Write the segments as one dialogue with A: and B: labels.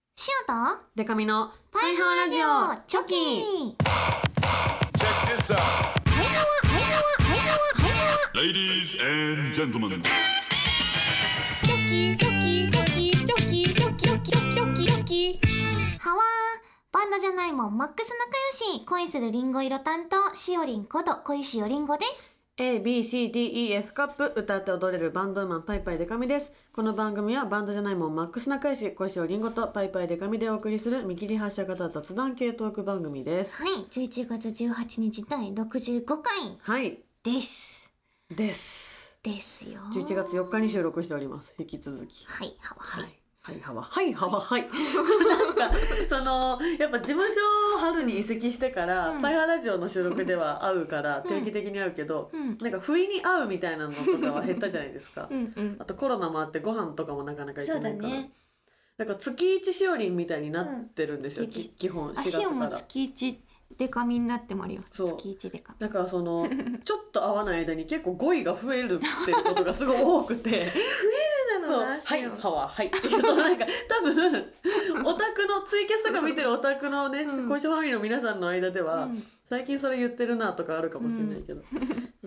A: オと
B: デカミの
A: パイハワラジオチョキパ
C: Check this out.
A: イハワパイハワパイハワパイハワ
D: Ladies and gentlemen.
E: チョキチョキチョキチョキチョキチョキチョキチョキ
A: ハワーバンドじゃないもんマックス仲良し恋するリンゴ色担当しおりんこと恋しおりんごです
B: ABCDEF カップ歌って踊れるバンドウーマンパイパイデカミですこの番組はバンドじゃないもんマックス仲良し小石をりんごとパイパイデカミでお送りする見切り発車型雑談系トーク番組です
A: はい11月18日第65回
B: はい
A: です
B: です
A: ですよ
B: 11月4日に収録しております引き続き
A: はいハワ
B: は
A: はい
B: いはいはわはいはわはい なんかそのやっぱ事務所を春に移籍してから、
A: うん
B: パイハーラジオの収録では会うから
A: うん
B: 定期的に会うけど、
A: うん
B: なんか不意に会うみたいなのとかは減ったじゃないですか、
A: うんうん
B: あとコロナもあってご飯とかもなかなか行
A: そ
B: け
A: う
B: な
A: だ
B: いから
A: ね
B: なんか月一しおりんみたいになってるんですよ、
A: うん月
B: き
A: 一
B: 基本4月
A: 足を
B: か
A: も
B: ら
A: 月一デカミになってもあるよ
B: そう
A: 月一デカミ
B: だから そのちょっと会わない間に結構語彙が増えるっていうことがすごい多くて増える
A: なのな
B: はい
A: 足を
B: はわはい そのなんか多分オタクのツイキャスとか見てるオタクのね
A: うん
B: 小石ファミリーの皆さんの間では、
A: うん
B: 最近それ言ってるなとかあるかもしれないけど、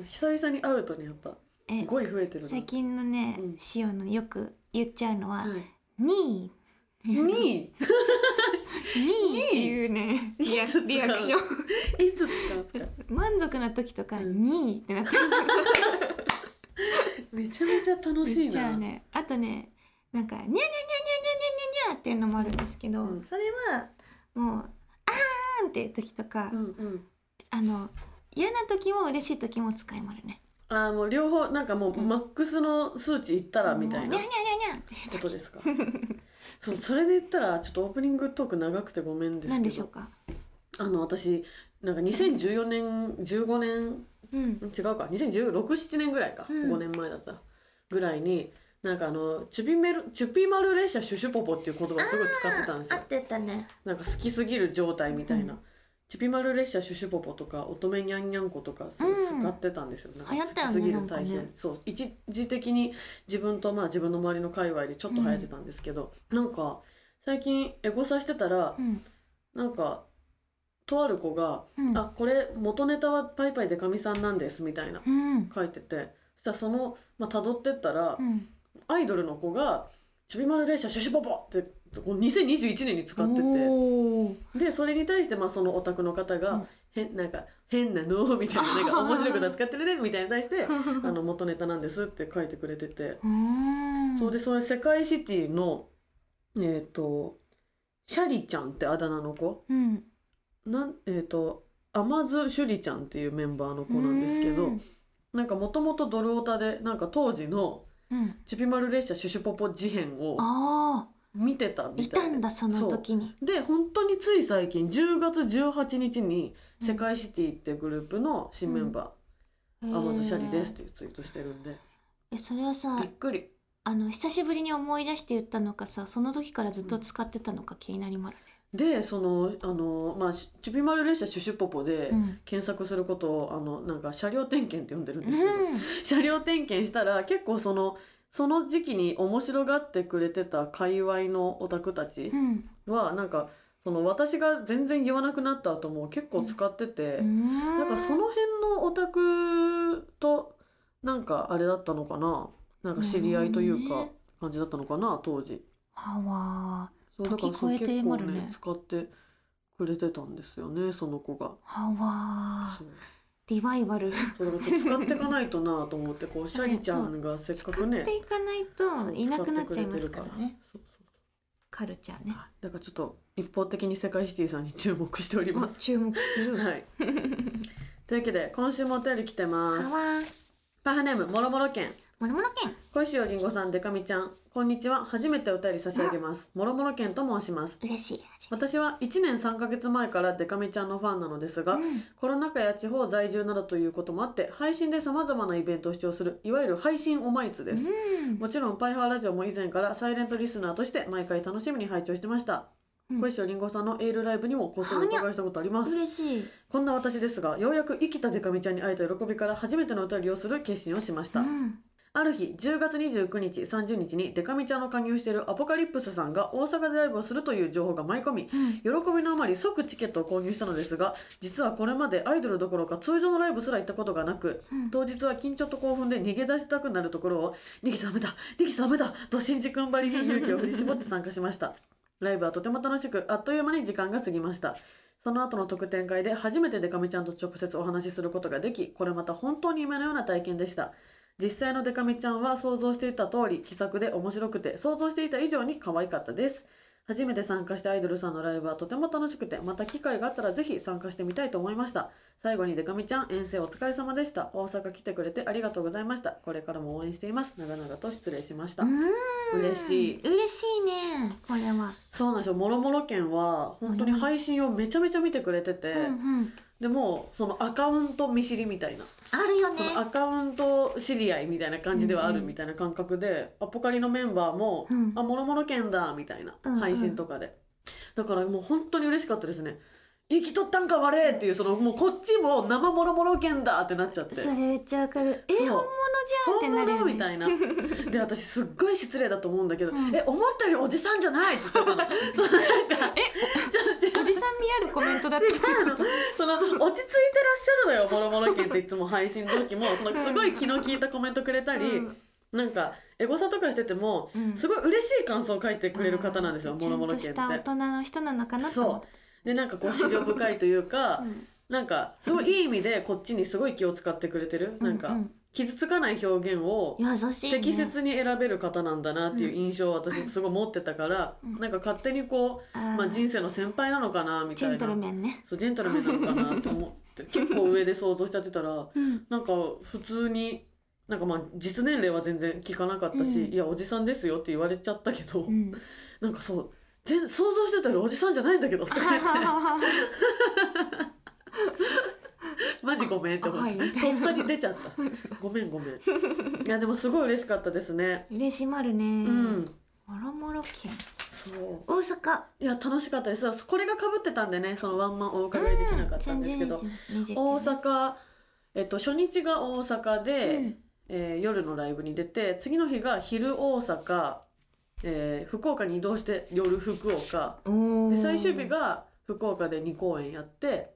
B: 久々に会うとねやっぱ
A: え
B: 語彙増えてるな
A: 最近のね
B: うん
A: しおのよく言っちゃうのは
B: はい
A: に
B: に
A: にっていうねリ ア
B: いつ使う
A: リアクション
B: いつ使うんですか
A: 満足な時とか
B: うん
A: にってなってる
B: めちゃめちゃ楽しい
A: 言っち
B: な
A: ゃうねあとねなんかにゃにゃにゃにゃにゃにゃにゃにゃっていうのもあるんですけど
B: うん
A: それはもうあーんっていう時とか
B: うんうん
A: あの嫌な時も嬉しい時も使いまるね
B: あーもう両方なんかもうマックスの数値いったらみたい
A: も
B: な
A: うにゃにゃにゃにゃって
B: ことですかそうそれで言ったらちょっとオープニングトーク長くてごめんで す
A: 何
B: け
A: でしょう
B: ど
A: か
B: あの私なんか2014年15年
A: うん
B: 違うか201617年ぐらいか、
A: うん
B: 5年前だったぐらいになんかあのチュピメルチュピマルレシャシュシュポポっていう言葉をすごい使ってたんですよ
A: てたね
B: なんか好きすぎる状態みたいな、
A: う
B: チュピマル列車シュシュポポとか乙女にゃんにゃんことかすごい使ってたんですよ、なんか
A: 流行ったよ
B: 好
A: ね
B: きすぎる
A: なん
B: 大
A: か
B: 変、
A: ね
B: そう一時的に自分とまあ自分の周りの界隈でちょっと流行ってたんですけど、なんか最近エゴサしてたら、
A: うん
B: なんかとある子が
A: う
B: 「
A: ん
B: あこれ元ネタはパイパイでかみさんなんです」みたいな
A: うん
B: 書いててそしたらそのまあ辿ってったら、
A: うん
B: アイドルの子が「チュピマル列車シュシュポポ」ってこう2021年に使ってて。
A: おー
B: でそれに対してまあそのオタクの方
A: う
B: が
A: ん
B: 「へんなんか変なの」みたいな「なんか 面白いことは使ってるね」みたいに対して「あの元ネタなんです」って書いてくれてて、
A: うーん
B: そうでそれ世界シティのえっ、とシャリちゃんってあだ名の子
A: うん
B: なんえっ、と甘酢シュリちゃんっていうメンバーの子なんですけ
A: う
B: ど
A: ん
B: なんかもともとドルオタでなんか当時の
A: うん
B: 「チュピマル列車シュシュポポ事変」を
A: あ
B: 見てた
A: あい
B: みたい
A: た
B: で
A: んだそ
B: そ
A: の
B: う
A: 時に
B: で本当につい最近10月18日に「世界シティ」ってグループの新メンバー「アマゾシャリです」っ
A: へー
B: ていうツイートしてるんで
A: えそれはさ
B: びっくり
A: あの久しぶりに思い出して言ったのかさその時からずっと使ってたのか気になりまる、
B: でそのあのまあし「チュピマル列車シュシュポポ」で
A: うん
B: 検索することをあのなんか車両点検って呼んでるんですけど、 車両点検したら結構そのその時期に面白がってくれてた界隈のオタクたち
A: うん
B: はなんかその私が全然言わなくなった後も結構使ってて。
A: うん
B: なんかその辺のオタクとなんかあれだったのかななんか知り合いという
A: なるほど
B: か
A: ね
B: 感じだったのかな当時
A: はわ
B: そうだからそう
A: 時超えて
B: 結
A: ま
B: 構
A: るね
B: ね使ってくれてたんですよねその子が
A: はわ
B: そう
A: リバイバル
B: そうだからちょっと使っていかないとなと思って こうシャリちゃんがせっ
A: 使
B: か
A: って
B: くね
A: いかない
B: そ
A: と
B: う
A: いなくなっちゃいますか
B: 使って
A: ら
B: くれて
A: ね
B: るそうそう
A: カルチャーね
B: はいだからちょっと一方的に世界シティさんに注目しており ます
A: 注目する
B: はいというわけで今週もお便り来て
A: は
B: ます
A: わ
B: パハネームもろもろ県
A: もろもろけん
B: 小石よりんごさんでかみちゃんこんにちは初めてお便り差し上 げますもろもろけんと申します
A: 嬉しい味
B: 私は1年3ヶ月前からでかみちゃんのファンなのですが、
A: うん
B: コロナ禍や地方在住などということもあって配信でさまざまなイベントを視聴するいわゆる配信おまいつです、
A: うん
B: もちろんパイハーラジオも以前からサイレントリスナーとして毎回楽しみに拝聴してました、
A: うん
B: 小石よりんごさんのエールライブにもこっそりお伺いしたことあります
A: 嬉しい
B: こんな私ですがようやく生きたでかみちゃんに会えた喜びから初めてのお便りをする決心をしました、
A: うん
B: ある日10月29日30日にデカミちゃんの加入しているアポカリプスさんが大阪でライブをするという情報が舞い込み、喜びのあまり即チケットを購入したのですが実はこれまでアイドルどころか通常のライブすら行ったことがなく、当日は緊張と興奮で逃げ出したくなるところを「ニキさんダメだニキさんダメだ!」と新宿んばりに勇気を振り絞って参加しましたライブはとても楽しくあっという間に時間が過ぎましたその後の特典会で初めてデカミちゃんと直接お話しすることができこれまた本当に夢のような体験でした実際のデカミちゃんは想像していた通り気さくで面白くて想像していた以上に可愛かったです初めて参加したアイドルさんのライブはとても楽しくてまた機会があったらぜひ参加してみたいと思いました最後にデカミちゃん遠征お疲れ様でした大阪来てくれてありがとうございましたこれからも応援しています長々と失礼しました嬉しい
A: 嬉しいねこれは
B: そうなんですよもろもろ県は本当に配信をめちゃめちゃ見てくれてて、
A: うんうん
B: でもそのアカウント見知りみたいな
A: あるよね
B: そのアカウント知り合いみたいな感じではあるみたいな感覚で、アポカリのメンバーも「
A: うん
B: あもろもろ県だ」みたいな
A: うんうん
B: 配信とかで、だからもう本当に嬉しかったですね「生きとったんか悪い!」っていうそのもうこっちも生もろもろ県だってなっちゃって
A: それめっちゃわかるえ
B: そう
A: 本物じゃ
B: 本
A: んってなるよ、
B: 物
A: ね、
B: みたいな。で私すっごい失礼だと思うんだけど、
A: うん
B: え思ったよりおじさんじゃないって言っち ゃったの。そうなんかえ
A: おじさん見あるコメントだっ
B: 違
A: て
B: うのその落ち着いてらっしゃるのよもろもろ県っていつも配信の 時もそのすごい気の利いたコメントくれたり、
A: うん
B: なんかエゴサとかしてても、
A: うん
B: すごい嬉しい感想を書いてくれる方なんですよもろもろ
A: ち
B: 県
A: ゃんとした
B: っ
A: 大
B: て。
A: 人の人なのかなと思っ
B: そうでなんかこう思慮深いというか、
A: ん
B: なんかすごいいい意味でこっちにすごい気を使ってくれてる、なん
A: う
B: か
A: んうん
B: 傷つかない表現を
A: た優しい、ね、
B: 適切に選べる方なんだなっていう印象を私すごい持ってたから、なんか勝手にこう、
A: あー
B: まあ、人生の先輩なのかなみ
A: ジェ
B: たいな
A: ントルメンね
B: そうジェントルメンなのかなと思って結構上で想像しちゃってたら、
A: ん
B: なんか普通になんかまあ実年齢は全然聞かなかったし、
A: うん
B: いやおじさんですよって言われちゃったけど、
A: うん
B: なんかそう全想像してたよりおじさんじゃないんだけどとか言ってマジごめんって思って、
A: あはいみたい
B: と
A: な
B: っさに出ちゃったごめんごめんいやでもすごい嬉しかったですね
A: 嬉しまるね、
B: うん
A: もろもろ県
B: そう
A: 大阪
B: いや楽しかったですこれがかぶってたんでねそのワンマンお伺いできなかったんですけど、
A: 30
B: 大阪、えっと、初日が大阪で、
A: うん
B: えー夜のライブに出て次の日が昼大阪、えー福岡に移動して夜福岡
A: お
B: で
A: ー
B: 最終日が福岡で2公演やって、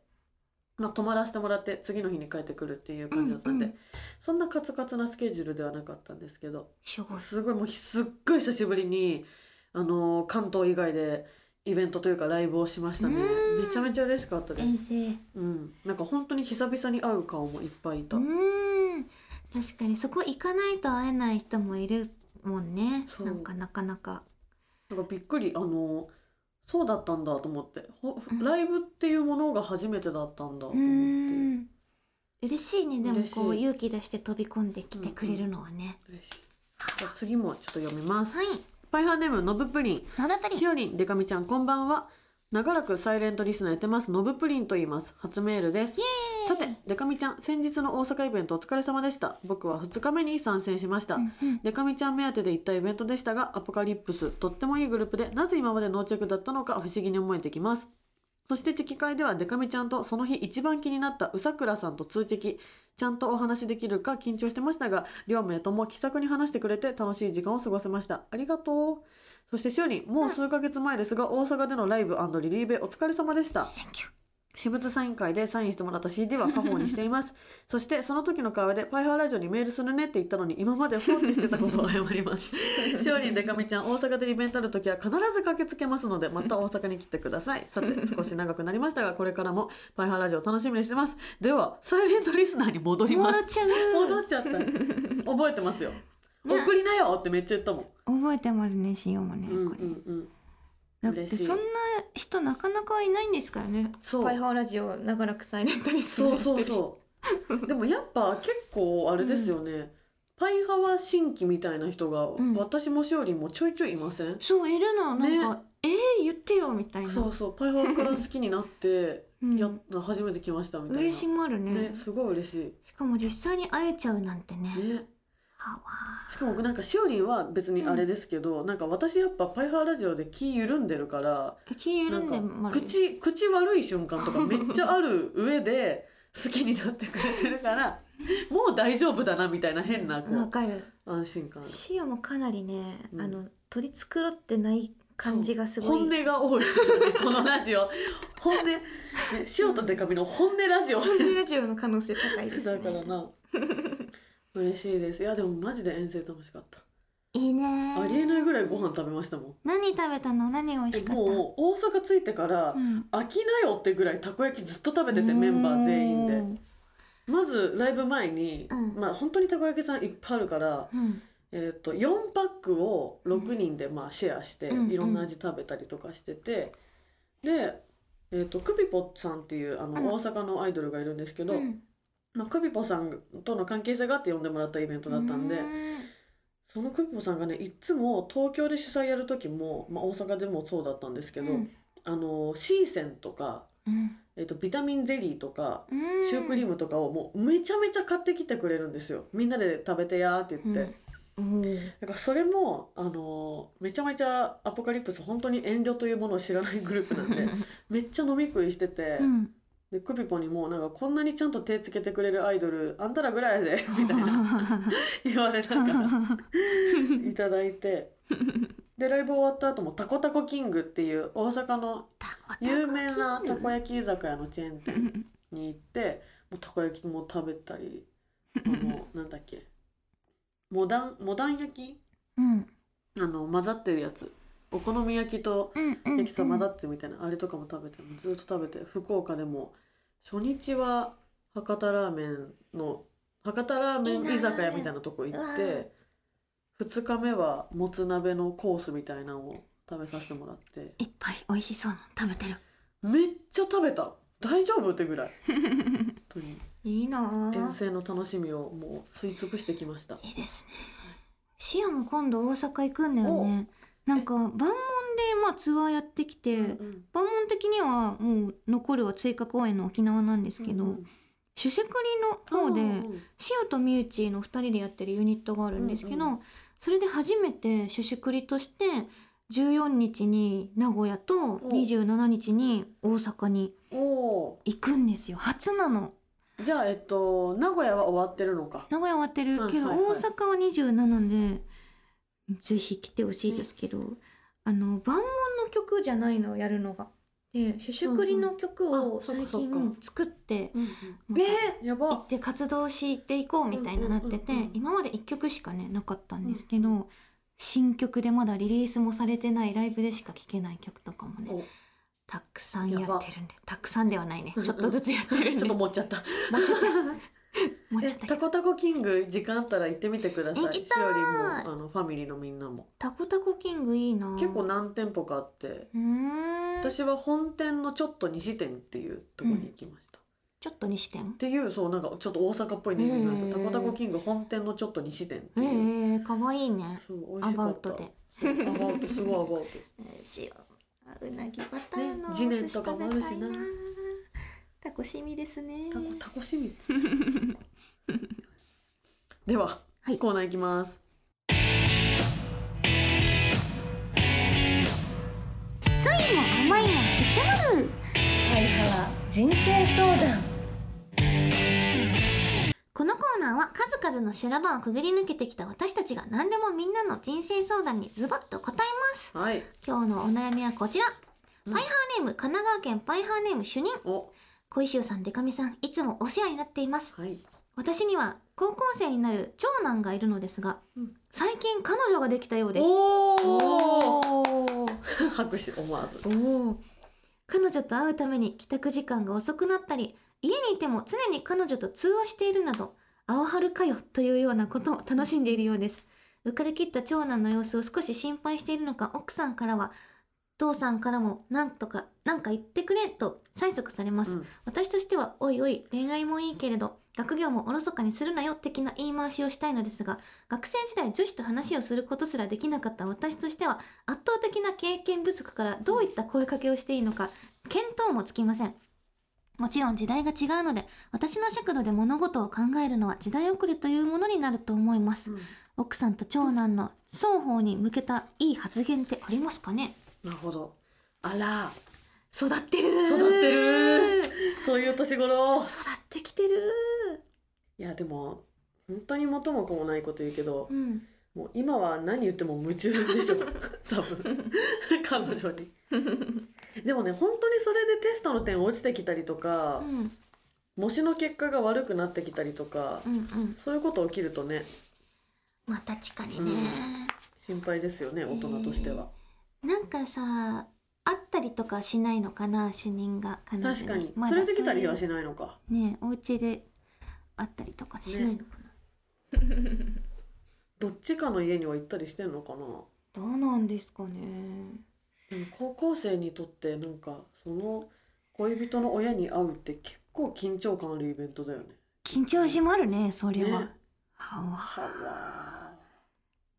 B: まあ、泊まらせてもらって次の日に帰ってくるっていう感じだったんで、
A: うんう
B: そんなカツカツなスケジュールではなかったんですけど
A: すごい
B: すごいもうすっごい久しぶりに、あのー関東以外でイベントというかライブをしましたね
A: うん
B: めちゃめちゃ嬉しかったです
A: 遠。征
B: うん、なんか本当に久々に会う顔もいっぱいいた、
A: うーん確かにそこ行かないと会えない人もいるもんね
B: そう
A: なんかなかなか
B: なんかびっくりあのそうだったんだと思ってほライブっていうものが初めてだったんだ
A: う
B: と思っ
A: ー
B: て、
A: ん嬉しいねでも
B: 嬉しい
A: こう勇気出して飛び込んできてくれるのはね、
B: 嬉しいじゃあ次もちょっと読みます
A: はい
B: パイハーネームのぶプリン
A: ナダプリ
B: しおりんでかみちゃんこんばんは長らくサイレントリスナーやってますのぶプリンと言います初メールですさてでかみちゃん先日の大阪イベントお疲れ様でした僕は2日目に参戦しました、でかみちゃん目当てで行ったイベントでしたがアポカリプスとってもいいグループでなぜ今まで濃着だったのか不思議に思えてきますそしてチェキ会ではデカミちゃんとその日一番気になったうさくらさんと通チェキちゃんとお話できるか緊張してましたが両名とも気さくに話してくれて楽しい時間を過ごせましたありがとうそしてしおりんもう数ヶ月前ですが大阪でのライブリリーベお疲れ様でした
A: センキュー
B: 私物サイン会でサインしてもらった CD は家宝にしてい ますそしてその時の会話で「パイハーラジオにメールするね」って言ったのに今まで放置してたことを謝りますしおりんでかみちゃん大阪でイベントある時は必ず駆けつけますのでまた大阪に来てくださいさて少し長くなりましたがこれからも「パイハーラジオ」楽しみにしてますではサイレントリスナーに戻りま
A: 戻っ
B: す
A: ちゃう
B: 戻っちゃった覚えてますよ送りなよってめっちゃ言ったもん
A: 覚えてもあるねしようもね、
B: うんう
A: これ
B: んうん
A: だって
B: 嬉しい
A: そんな人なかなかいないんですからね
B: そう
A: パイハーラジオ長らくサイレントにす
B: そうそう そう。でもやっぱ結構あれですよね。パイ派は新規みたいな人が、
A: ん
B: 私もしおりんもちょいちょいいません。
A: そういるのなんか、
B: ね
A: えー、言ってよみたいな
B: そうそう、パイ派から好きになって、
A: うん
B: やっ初めて来ましたみたいな。
A: 嬉しまるね
B: ね、すごい嬉し
A: しかも実際に会えちゃうなんてね
B: い。ね。
A: はわ
B: しかもなんかしおりんは別にあれですけど、なんか私やっぱパイ派ラジオで気緩んでるから、
A: ー気緩んで
B: な
A: ま
B: ん
A: る
B: か口口悪い瞬間とかめっちゃある上で好きになってくれてるからもう大丈夫だなみたいな変なこ
A: わ
B: う
A: かる
B: 安心感
A: シオもかなりね、
B: うん
A: あの取り繕ってない感じがすごい
B: 本音が多いですよねこのラジオ本音、ね、塩とデカミの本音ラジオ
A: 本音ラジオの可能性高いです
B: だ
A: ね
B: からな嬉しいですいやでもマジで遠征楽しかった
A: いいね
B: ありえないぐらいご飯食べましたもん
A: 何食べたの何美味
B: え
A: しかった
B: もう大阪着いてから、
A: うん
B: 飽きなよってぐらいたこ焼きずっと食べててメンバー全員でまずライブ前に、
A: うん
B: まあ本当にたこ焼きさんいっぱいあるから、
A: うん
B: えー、と4パックを6人でまあシェアして、
A: うん
B: いろんな味食べたりとかしてて、で、えー、とクピポさんっていうあの、
A: うん
B: 大阪のアイドルがいるんですけ
A: う
B: ど、
A: ん
B: まあ、クピポさんとの関係性があって呼んでもらったイベントだったんで、そのクピポさんがねいつも東京で主催やる時も、まあ、大阪でもそうだったんですけど、
A: うん
B: あのシーセンとか、
A: うん
B: えー、とビタミンゼリーとか
A: うん
B: シュークリームとかをもうめちゃめちゃ買ってきてくれるんですよみんなで食べてやーって言って、
A: うんうん
B: だからそれもあのーめちゃめちゃアポカリプス本当に遠慮というものを知らないグループなんでめっちゃ飲み食いしてて、
A: うん
B: でクピポにもなんかこんなにちゃんと手つけてくれるアイドルあんたらぐらいやでみたい な言われながらいただいてでライブ終わった後もタコタコキングっていう大阪の
A: タコタコ
B: 有名な
A: キン
B: た
A: グ
B: こ焼き居酒屋のチェーン店に行ってもうたこ焼きも食べたりあのなんだっけモダンモダン焼き
A: うん
B: あの混ざってるやつお好み焼きと
A: うんうん
B: 焼きそば混ざってるみたいな、あれとかも食べてもうずっと食べて福岡でも初日は博多ラーメンの博多ラーメン居酒屋みたいなとこ行っ
A: いいな
B: て2日目はもつ鍋のコースみたいなのを食べさせてもらって。
A: いっぱい美味しそうなの食べてる
B: めっちゃ食べた大丈夫ってぐらい本当 に
A: いいなぁ
B: 遠征の楽しみをもう吸い尽くしてきました
A: いいですねシアも今度大阪行くんだよねなんか万問でまあツアーやってきて、
B: うん
A: 万問的にはもう残るは追加公演の沖縄なんですけど、
B: うん
A: 主食りの方で、
B: うんうん
A: シオとミュウチの2人でやってるユニットがあるんですけど、
B: うん
A: それで初めて主食りとして14日に名古屋と27日に大阪に
B: お
A: 行くんですよ初なの
B: ーじゃあえっと名古屋は終わってるのか
A: 名古屋終わってるけど、
B: はいはいはい
A: 大阪は27でぜひ来てほしいですけど、あの万音の曲じゃないのやるのが。で主食りの曲
B: うん
A: を
B: あそっ
A: 最
B: かそっか
A: 近作ってま
B: ね
A: た
B: えや
A: 行
B: ば
A: って活動していこうみたいになってて、
B: うんうんうんうん
A: 今まで1曲しかねなかったんですけど、新曲でまだリリースもされてないライブでしか聴けない曲とかもね
B: お
A: たくさんやってるんでたくさんではないねちょっとずつやってるん で
B: ちょっと持っちゃった
A: 持っちゃ った持っちゃったけ
B: えタ
A: ど
B: コタコキング時間あったら行ってみてください
A: 行きたい
B: しおりもあのファミリーのみんなも
A: タコタコキングいいな
B: 結構何店舗かあって
A: うーん
B: 私は本店のちょっと西店っていうとこに行きました、
A: ちょっとにしてん
B: っていうそうなんかちょっと大阪っぽいネーミングなんですよ
A: へー
B: タコタコキング本店のちょっと西店って
A: ええ
B: いう、
A: かわいいね
B: そう美味
A: ア
B: しか
A: バ
B: っ
A: ウ
B: た
A: トで
B: そうアバウトすごいアバウト
A: 塩あうなぎバタ
B: ーのね地面とかもあるしなお寿司食べたいな
A: タコしみですね
B: タコタコシミって言っちゃったでは、
A: はい
B: コーナー行きます
A: 酸いも甘いも知ってます
B: 人生相談
A: このコーナーは数々の修羅場をくぐり抜けてきた私たちが何でもみんなの人生相談にズバッと答えます
B: はい
A: 今日のお悩みはこちら、
B: うん
A: パイハーネーム神奈川県パイハーネーム主任
B: お
A: 小石尾さんでかみさんいつもお世話になっています
B: はい
A: 私には高校生になる長男がいるのですが、
B: うん
A: 最近彼女ができたようです
B: おお
A: おー
B: 拍手思わず
A: おー彼女と会うために帰宅時間が遅くなったり家にいても常に彼女と通話しているなど青春かよというようなことを楽しんでいるようです浮かれきった長男の様子を少し心配しているのか奥さんからは父さんからもなんとかなんか言ってくれと催促されます、
B: うん
A: 私としてはおいおい恋愛もいいけれど学業もおろそかにするなよ的な言い回しをしたいのですが学生時代女子と話をすることすらできなかった私としては圧倒的な経験不足からどういった声かけをしていいのか見当もつきませんもちろん時代が違うので私の尺度で物事を考えるのは時代遅れというものになると思います
B: うん
A: 奥さんと長男の双方に向けたいい発言ってありますかね
B: なるほどあら
A: 育ってる
B: 育ってるそういう年頃
A: 育ってきてる
B: いやでも本当に元も子もないこと言うけど
A: う、ん
B: もう今は何言っても夢中でしょ 多分彼女にでもね本当にそれでテストの点落ちてきたりと
A: う
B: か、
A: ん
B: 模試の結果が悪くなってきたりとか、
A: うんうん
B: そういうこと起きるとね
A: まあ確かにね、
B: 心配ですよね大人としては、
A: なんかさあったりとかしないのかな主任が彼女
B: 確かに
A: まだ
B: 連れてきたりは
A: そう
B: しないのか
A: いうねお家であったりとかしないのかな、
B: どっちかの家には行ったりしてんのかな
A: どうなんですかね
B: でも高校生にとってなんかその恋人の親に会うって結構緊張感あるイベントだよね
A: 緊張しまるねそりゃ、
B: ね
A: はわ
B: はわ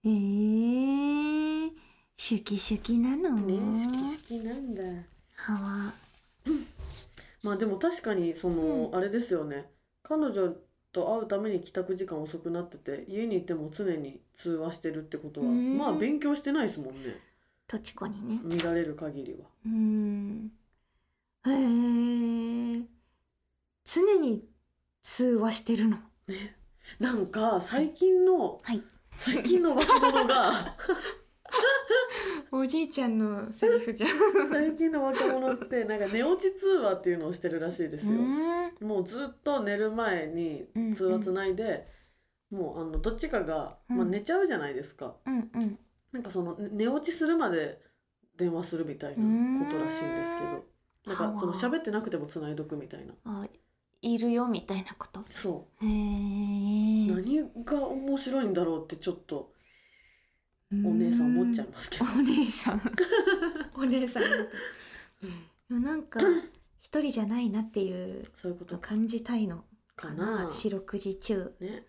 A: えー、シュキシュキなの
B: ーねしきしきなんだ
A: はわ
B: まあでも確かにその、
A: う
B: あれですよね彼女と会うために帰宅時間遅くなってて家にいても常に通話してるってことは
A: うん
B: まあ勉強してないですもんね
A: 確かにね
B: 見られる限りは
A: うーんへえー、常に通話してるの
B: なんか最近の、
A: はい
B: 最近の若者が
A: おじいちゃんのセリフじゃん。
B: 最近の若者ってなんか寝落ち通話っていうのをしてるらしいですよもうずっと寝る前に通話つないで、もうあのどっちかが、まあ、
A: うん
B: 寝ちゃうじゃないですか、
A: うんうん。
B: なんかその寝落ちするまで電話するみたいなことらしいんですけど
A: うー
B: なんんかその
A: はあ
B: 喋ってなくてもつないどくみたいな
A: あ、いるよみたいなこと。
B: そ
A: へ
B: う、
A: え。
B: 何が面白いんだろうってちょっとお姉さん思っちゃいま すけど、
A: お姉さん。お姉さん。でもなん か一人じゃないなっていう
B: そういうこ
A: の
B: と
A: を感じたいの
B: か
A: か
B: な
A: な。四六時中。
B: ね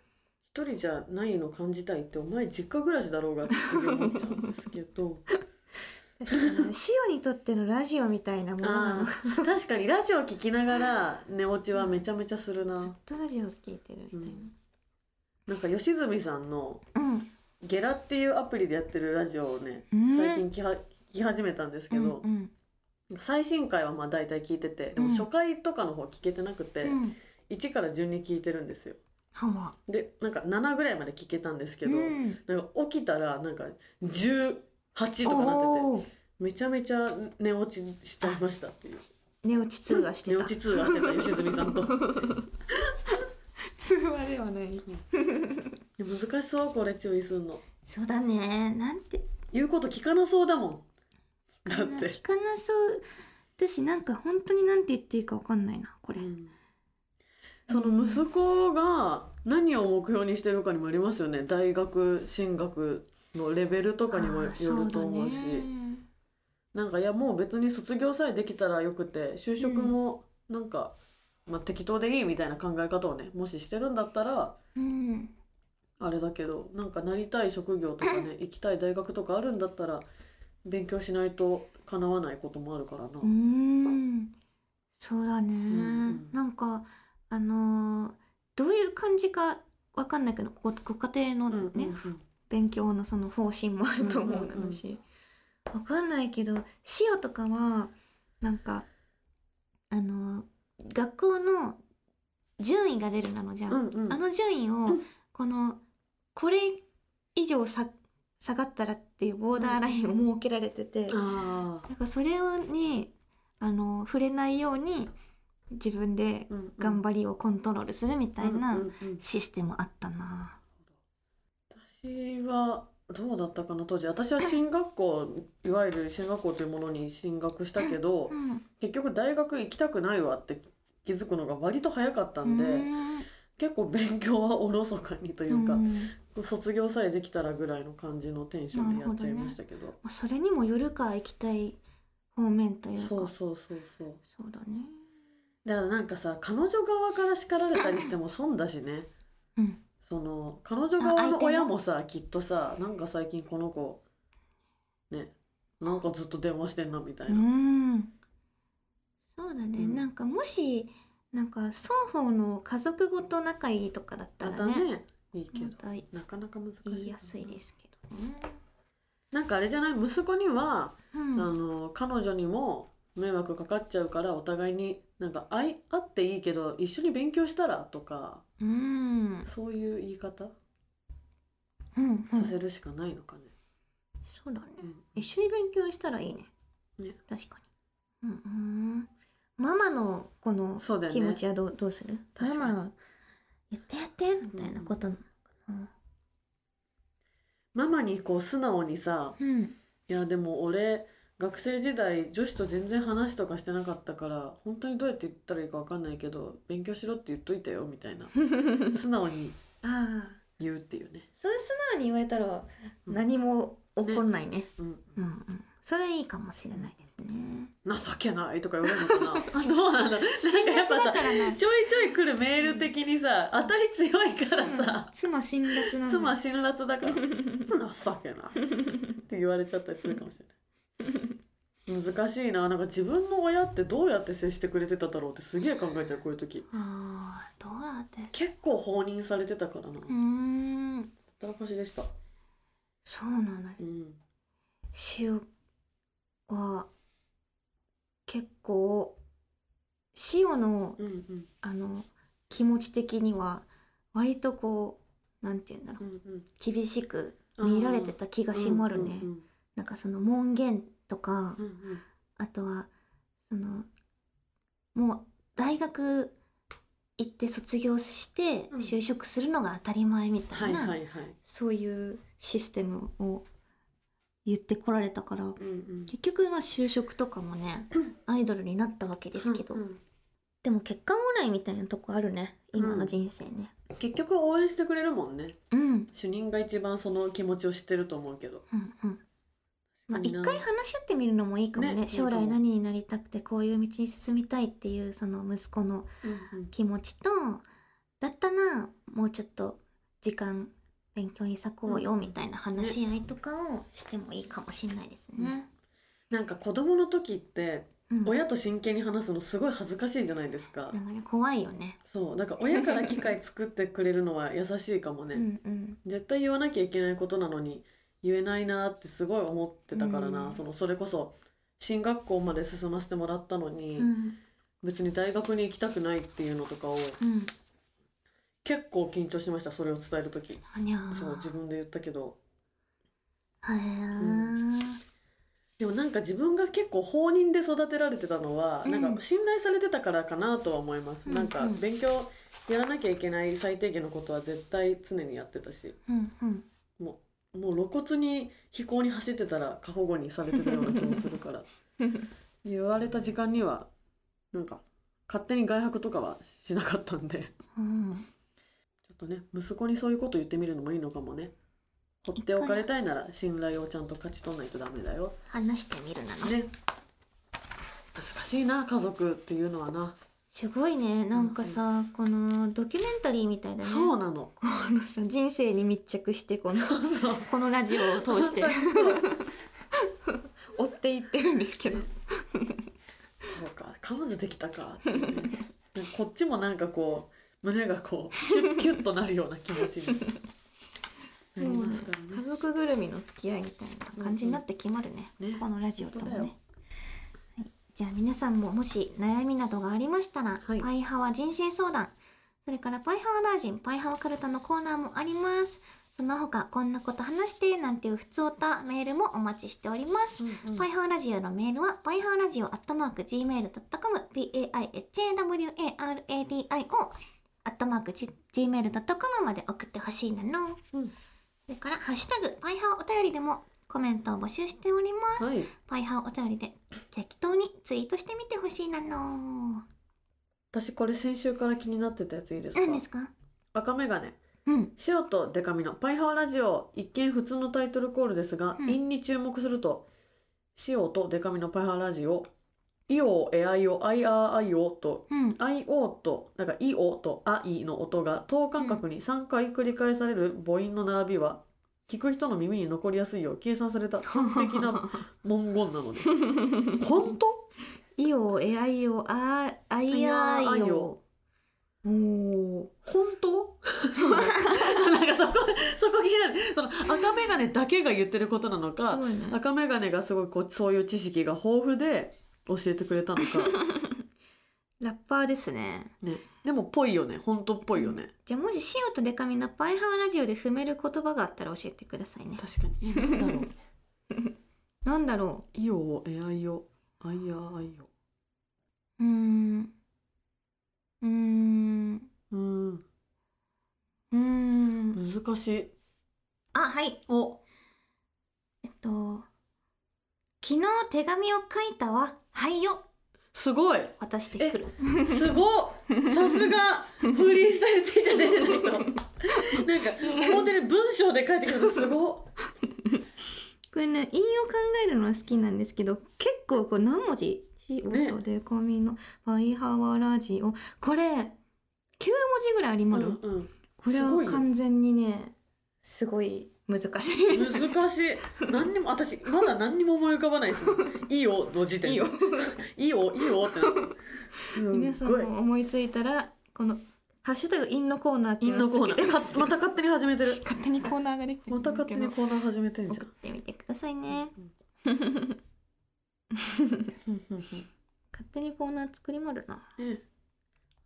B: 一人じゃないの感じたいってお前実家暮らしだろうがってすげえ思っちゃうんですけど
A: シオにとってのラジオみたいなものな
B: あ
A: の。
B: ー確かにラジオ聞きながら寝落ちはめちゃめちゃするな、
A: ずっとラジオ聞いてるみたい
B: なんか吉住さんの
A: な。うん。
B: 「ゲラ」っていうアプリでやってるラジオをね
A: うん
B: 最近聞きは聞き始めたんですけど、
A: うん
B: 最新回はまあ大体聞いててでも
A: うん
B: 初回とかの方聞けてなくて、
A: うん。うん。
B: 1から順に聞いてるんですよ
A: はま。
B: でなんか7ぐらいまで聞けたんですけど、
A: うん
B: なんか起きたらなんか18とかなってて
A: おー
B: めちゃめちゃ寝落ちしちゃいましたっていう
A: 寝落ち通話して
B: 寝
A: た。
B: 落ち通話してた吉住さん と
A: 通話ではない。
B: で難しそうこれ注意するの
A: そうだね。なんて。
B: 言うこと聞かなそうだもんだって
A: 聞かなそうだし、なんか本当になんて言っていいかわかんないな、これ。
B: その息子が何を目標にしてるかにもよりますよね大学進学のレベルとかにもよると思うし
A: あーそうだね
B: なんかいやもう別に卒業さえできたらよくて就職もなんか、まあ、適当でいいみたいな考え方をねもししてるんだったら
A: うん。
B: あれだけどなんかなりたい職業とか ね行きたい大学とかあるんだったら勉強しないと叶わないこともあるからな。
A: うーん。そうだね。
B: んうん
A: なんか、あのーどういう感じかわかんないけど、ごご家庭
B: うんうん
A: の
B: うん
A: ね、勉強のその方針もあると思
B: う
A: うんな
B: うんうん
A: のし、わかんないけど塩とかはなんかあの学校の順位が出るなのじゃん、
B: うんうん
A: あの順位を
B: うん
A: このこれ以上さ下がったらっていうボーダーラインを設けられてて、
B: あー
A: なんかそれにあの触れないように自分で
B: うんうん
A: 頑張りをコントロールするみたいな
B: うんうんうん
A: システムあったな。
B: 私はどうだったかな当時私は進学校 いわゆる進学校というものに進学したけど
A: うん
B: 結局大学行きたくないわって気づくのが割と早かったんで、
A: うん
B: 結構勉強はおろそかにというか
A: う、ん
B: 卒業さえできたらぐらいの感じのテンションでやっちゃいましたけど
A: まあそれにもよるか行きたい方面というか
B: そうそうそうそう
A: そうだね
B: だからなんかさ彼女側から叱られたりしても損だしね
A: うん
B: その彼女
A: あ
B: 側
A: 相
B: の
A: 手の
B: 親もさきっとさなんか最近この子ねなんかずっと電話してんなみたいうな、
A: んそうだね、
B: うん
A: なんかもしなんか双方の家族ごと仲いいとかだった
B: ま
A: ら
B: た
A: ね
B: ねいいけ
A: ま
B: ど
A: た言
B: なかなか難しいかない
A: やすいですけどね、
B: なんかあれじゃない息子には、
A: う
B: あ
A: ん、
B: の彼女にも迷惑かかっちゃうからお互いになんかあい会っていいけど一緒に勉強したらとか
A: うん
B: そういう言い方
A: うんう
B: さ
A: ん
B: せるしかないのかね、
A: そうだね
B: うん
A: 一緒に勉強したらいいね
B: ね
A: 確かにうんうんママのこの
B: そうだよね
A: 気持ちはどうどうする
B: 確かに
A: ママは言ってやってみたいなことなのかな
B: ママにこう素直にさ
A: うん
B: いやでも俺学生時代女子と全然話とかしてなかったから本当にどうやって言ったらいいか分かんないけど勉強しろって言っといたよみたいな素直に
A: ああ
B: 言うっていうね、
A: それ素直に言われたら
B: うん
A: 何も起こんないね
B: うん、
A: うんうんそれいいかもしれないですね
B: 情けないとか言われるのかなどうなんだなんかやっぱさ
A: 辛辣だからな
B: ちょいちょい来るメール的にさ当たり強いからさ
A: 妻辛辣なの
B: 妻辛辣だから情けないって言われちゃったりするかもしれない難しいななんか自分の親ってどうやって接してくれてただろうってすげえ考えちゃうこういう時
A: ああどうだって
B: 結構放任されてたからな
A: うーん
B: たらかしでした
A: そうなんだ
B: うん
A: 塩は結構塩の
B: うんうん
A: あの気持ち的には割とこうなんて言うんだろ
B: う
A: うん
B: うん
A: 厳しく見られてた気がしまるね
B: うん
A: なんかその門限とか
B: うんうん
A: あとはそのもう大学行って卒業して
B: うん
A: 就職するのが当たり前みた
B: はいい
A: な、
B: はいはい
A: そういうシステムを言ってこられたから
B: うんうん
A: 結局まあ就職とかもねアイドルになったわけですけど、
B: うんうん
A: でも結果オーライみたいなとこあるね今の人生ね。
B: 結局応援してくれるもんね
A: うん、うん
B: 主任が一番その気持ちを知ってると思うけど
A: うんまあ、
B: み
A: 一
B: んな
A: 回話し合ってみるのもいいかもね
B: ね
A: 将来
B: いいかも
A: 何になりたくてこういう道に進みたいっていうその息子の
B: うんうん
A: 気持ちとだったらもうちょっと時間勉強に割こうよみたいな話し合いとかをしてもいいかもしれないですね。
B: なんか子供の時って
A: うん
B: 親と真剣に話すのすごい恥ずかしいじゃないですか
A: なんかね怖いよね。
B: そうなんか親から機会作ってくれるのは優しいか
A: う
B: もね
A: んうん
B: 絶対言わなきゃいけないことなのに言えないなってすごい思ってたからな、
A: うん
B: そのそれこそ進学校まで進ませてもらったのに、
A: うん
B: 別に大学に行きたくないっていうのとかを
A: うん。
B: 結構緊張しましたそれを伝える時
A: はにゃー。
B: そう自分で言ったけど
A: へー
B: でもなんか自分が結構放任で育てられてたのは、
A: うん
B: なんか信頼されてたからかなとは思います、
A: うん
B: なんか
A: うん
B: 勉強やらなきゃいけない最低限のことは絶対常にやってたし
A: うんうん。
B: もう露骨に飛行に走ってたら過保護にされてたような気もする から言われた時間にはなんか勝手に外泊とかはしなかったんで
A: うん
B: ちょっとね息子にそういうこと言ってみるのもいいのかもね放っておかれたいなら信頼をちゃんと勝ち取らないとダメだよ
A: 話してみるなの。
B: ね難しいな家族っていうのはな、
A: すごいねなんかさこのドキュメンタリーみたいだね。
B: そうなの
A: このさ人生に密着してこのこのラジオを通 して追っていってるんですけど
B: そうか彼女できたか っていうねなんかこっちもなんかこう胸がこうキュッキュッとなるような気持 ちになりますから
A: 家
B: ね。
A: 族ぐるみの付き合いみたいな感じになって決まるね,、
B: うんうんね
A: このラジオとも
B: 本
A: ね、
B: 当だ
A: はい
B: よ、
A: じゃあ皆さんももし悩みなどがありましたら、
B: はい
A: パイハワ人生相談それからパイハワ大臣パイハワカルタのコーナーもありますその他こんなこと話してなんていう普通たメールもお待ちしております、
B: うん
A: パイハーラジオのメールは、パイハーラジオアットマーク Gmail.com、p-a-i-h-a-w-a-r-a-d-i-o アットマーク Gmail.com まで送ってほしいなの。
B: うん
A: それから、ハッシュタグ、パイハーお便りでもコメントを募集しております。
B: はい、
A: パイハーお便りで適当にツイートしてみてほしいなの。
B: 私これ先週から気になってたやついいですか
A: 何ですか
B: 赤眼鏡
A: うん。
B: 塩とデカミのパイハワラジオ一見普通のタイトルコールですが、
A: うん
B: 韻に注目すると塩とデカミのパイハワラジオイオエアイオアイアーアイオと
A: うん。
B: IO となんか EO と AI の音が等間隔に3回繰り返される母音の並びは聞く人の耳に残りやすいよう計算された完 璧な文言なの です。本当
A: いよ、えあいよ、あ、あい
B: あいあいよ。
A: お
B: 本 当なんかそこそこ気になるその赤眼鏡だけが言ってることな
A: ー。
B: の
A: す
B: か
A: ごいね。
B: 赤眼鏡がすごいこうそういう知識が豊富で教えてくれたのか
A: ラッパーですね。
B: ねでもぽいよね本当っぽいよね
A: じゃあもしシオとデカミのパイハワラジオで踏める言葉があったら教えてくださいね。
B: 確かにえ
A: な
B: なんだろう
A: んだろ
B: いよおえあいよあいやあいよ
A: う。うーん。うーん。う
B: うん
A: ーん。
B: 難しい
A: あ、はい。
B: お
A: えっと、昨日手紙を書いたわ。はいよ。
B: すごい
A: 渡してくる。
B: すごっさすがフリースタイルティーチャー出てないのなんか本当に文章で書いてくるのすごっ
A: これね、韻を考えるのは好きなんですけど、結構これ何文字シオ
B: ね
A: とデカミのパイハワラジオ。これ、9文字ぐらいあり
B: う
A: ま
B: ん
A: る、
B: うん
A: これ
B: すご
A: はい
B: よ
A: 完全にね、すごい難しい。
B: 難しい何にも私まだ何にも思い浮かばないですもん「いいよ」の時点
A: いいよ
B: いいよいいよってなるすごい
A: 皆さんも思いついたらこの「ハッシュタグインのコーナー」ってい
B: 陰
A: うの
B: の
A: を
B: コーナ
A: つけて
B: ーまた勝手に始めてる
A: 勝手にコーナーができてる
B: ま
A: んで
B: た
A: す
B: 勝
A: け
B: 手
A: ど
B: にコーナー始めてんじ
A: 送
B: ゃ
A: っ
B: ん
A: てみてくださいね
B: うんうんうん
A: 勝手にコーナー作りまるな
B: ね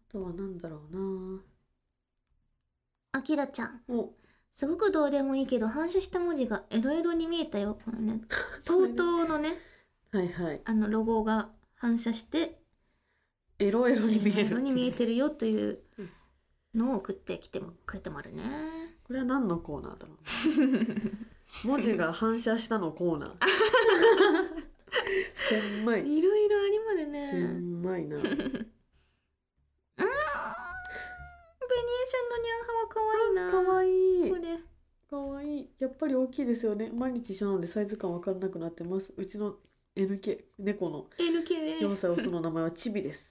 B: あとはなんだろうな
A: あきらちゃん
B: お
A: すごくどうでもいいけど反射した文字がエロエロに見えたよこの ね TOTO のね
B: はいはい
A: あのロゴが反射して
B: エロエロに見える
A: エロに見えてるよという
B: うん
A: のを送ってきてもくれてもあるね
B: これは何のコーナーだろう な文字が反射したのコー ナーせん まい
A: いろいろありまるね
B: せんまいな
A: ベニエちゃんのニャンハは可愛いな
B: かわいい
A: これ
B: かわいいやっぱり大きいですよね毎日一緒なのでサイズ感わからなくなってますうちの NK 猫の
A: NK
B: 4歳オスの名前はチビです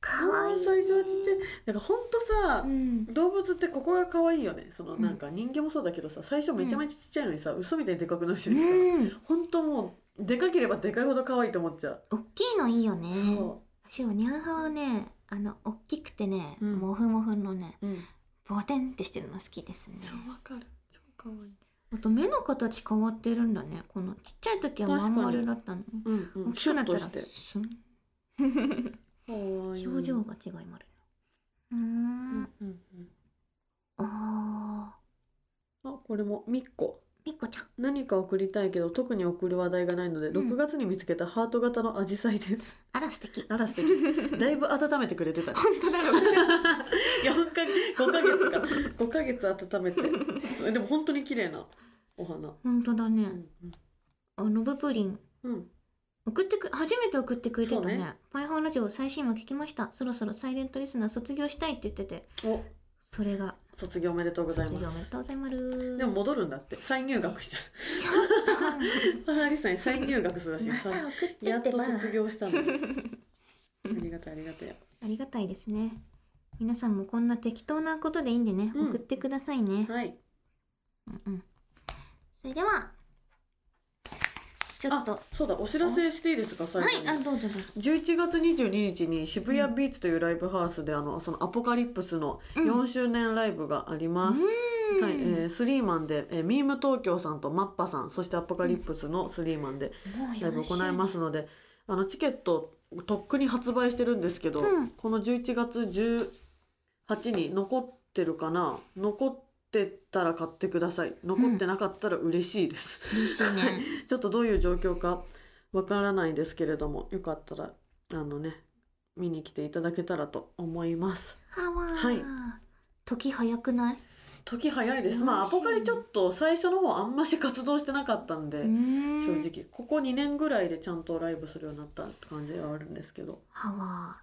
A: かわいい
B: 最初はちっちゃいなんかほんとさ、
A: うん
B: 動物ってここが可愛いよねそのなんか人間もそうだけどさ最初めちゃめちゃちっちゃいのにさ、嘘みたいにでかくなるじゃないです
A: う
B: か、
A: ん
B: ほんともうでかければでかいほど可愛いと思っちゃう、
A: 大きいのいいよね
B: そ
A: しかもニャンハはねあの大きくてね、
B: うん
A: モフモフのね
B: う、うん、
A: ボテンってしてるの好きですね
B: そうわかる超可愛い
A: あと目の形変わってるんだねこのちっちゃい時はまん丸だったのに
B: うんう
A: 大
B: ん
A: き
B: シ
A: く
B: ュ
A: な
B: ッ
A: った
B: と
A: ら
B: して
A: スン
B: 可愛い
A: 表情
B: うん
A: が違いまるうー
B: うんんうん
A: あ
B: あこれもみっこ
A: ーみっこちゃん
B: 何か送りたいけど特に送る話題がないので、
A: ん
B: 6月に見つけたハート型のアジサイ です。
A: あら素敵
B: あら素敵。だいぶ温めてくれ てた、ね。
A: 当だろ
B: いや本5ヶ月か5ヶ月温めて。そうでも本当に綺麗なお花。
A: 本当だね
B: うん
A: あノブプリン
B: うんうん。
A: 送ってく初めて送ってくれてた
B: そう
A: ね
B: ね
A: 「パイハーラジオ最新話聞きましたそろそろサイレントリスナー卒業したい」って言ってて
B: お
A: それが
B: 卒業おめでとうござい
A: 卒業
B: ま。
A: おめですとうございます
B: でも戻るんだって再入学しちゃ
A: ちょっ
B: う。パラリさんに再入学するらしい。
A: と
B: さ
A: また送って
B: や
A: っ
B: ってと
A: ば
B: 卒 業したの。ありがたいありがたい。
A: ありがたいですね皆さんもこんな適当なことでいいんでね、
B: うん
A: 送ってくださいね、
B: はい。
A: うんうんそれではちょっと
B: あそうだお知らせしていいですか最
A: は
B: 後に。
A: いあどうぞどうぞ
B: 11月22日に渋谷ビーツというライブハウスで、あのそのアポカリプスの4周年ライブがあります。はいえースリーマンで、えーミーム東京さんとマッパさんそしてアポカリプスのスリーマンで
A: もう
B: ライブを行い
A: す
B: ますので、あのチケットとっくに発売してるんですけど、
A: うん
B: この11月18に残ってるかな残ってたら買ってください残ってなかったら嬉しいです。
A: 嬉しいね
B: ちょっとどういう状況かわからないですけれどもよかったらあのね見に来ていただけたらと思います
A: はわー、
B: はい
A: 時早くない
B: 時早いですまあアポカリちょっと最初の方あんまし活動してなかったんで、正
A: 正
B: 直ここ2年ぐらいでちゃんとライブするようになったって感じはあるんですけど
A: はわ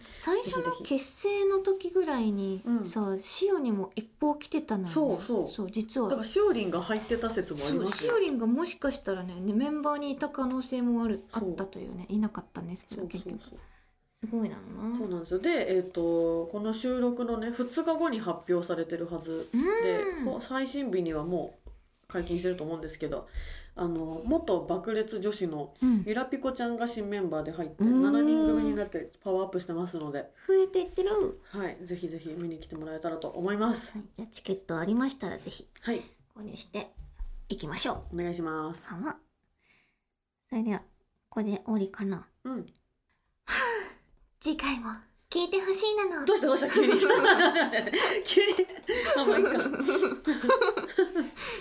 A: 最初
B: ぜ
A: の
B: ひぜひ
A: 結成の時ぐらいに
B: うん
A: さ、シオにも一報来てたのよね
B: そうそう
A: 実
B: だか
A: は
B: らしおりんが入ってた説もあり
A: そう
B: ます
A: シ
B: よ
A: オリンがもしかしたらねねメンバーにいた可能性もあるあ
B: そう
A: ったというねいなかったんですけ
B: そ
A: ど
B: うそう
A: 結
B: そう
A: 局すごいなのな
B: そうなんですよでえっ、とこの収録のね2日後に発表されてるはずで
A: うん
B: もう最新日にはもう解禁してると思うんですけどあの元爆裂女子の
A: うん
B: ゆらぴこちゃんが新メンバーで入って
A: うん
B: 7人組になってパワーアップしてますので、
A: 増えていってる、は
B: はい、ぜひぜひ見に来てもらえたらと思います
A: い、じゃあチケットありましたらぜひ
B: はい
A: 購入していきましょう
B: お願いします
A: はわそれではここで終わりかな
B: うん
A: 次回も聞いてほしいなの
B: どうしたどうした 急に 急にあもういいか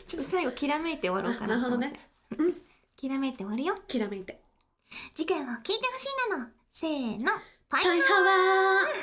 A: ちょっと最後きらめいて終わろうかな
B: なるほどね
A: と思ってきらめいて終わるよ
B: きらめいて
A: 次回も聞いてほしいなのせーのパイハワ
B: パイハワー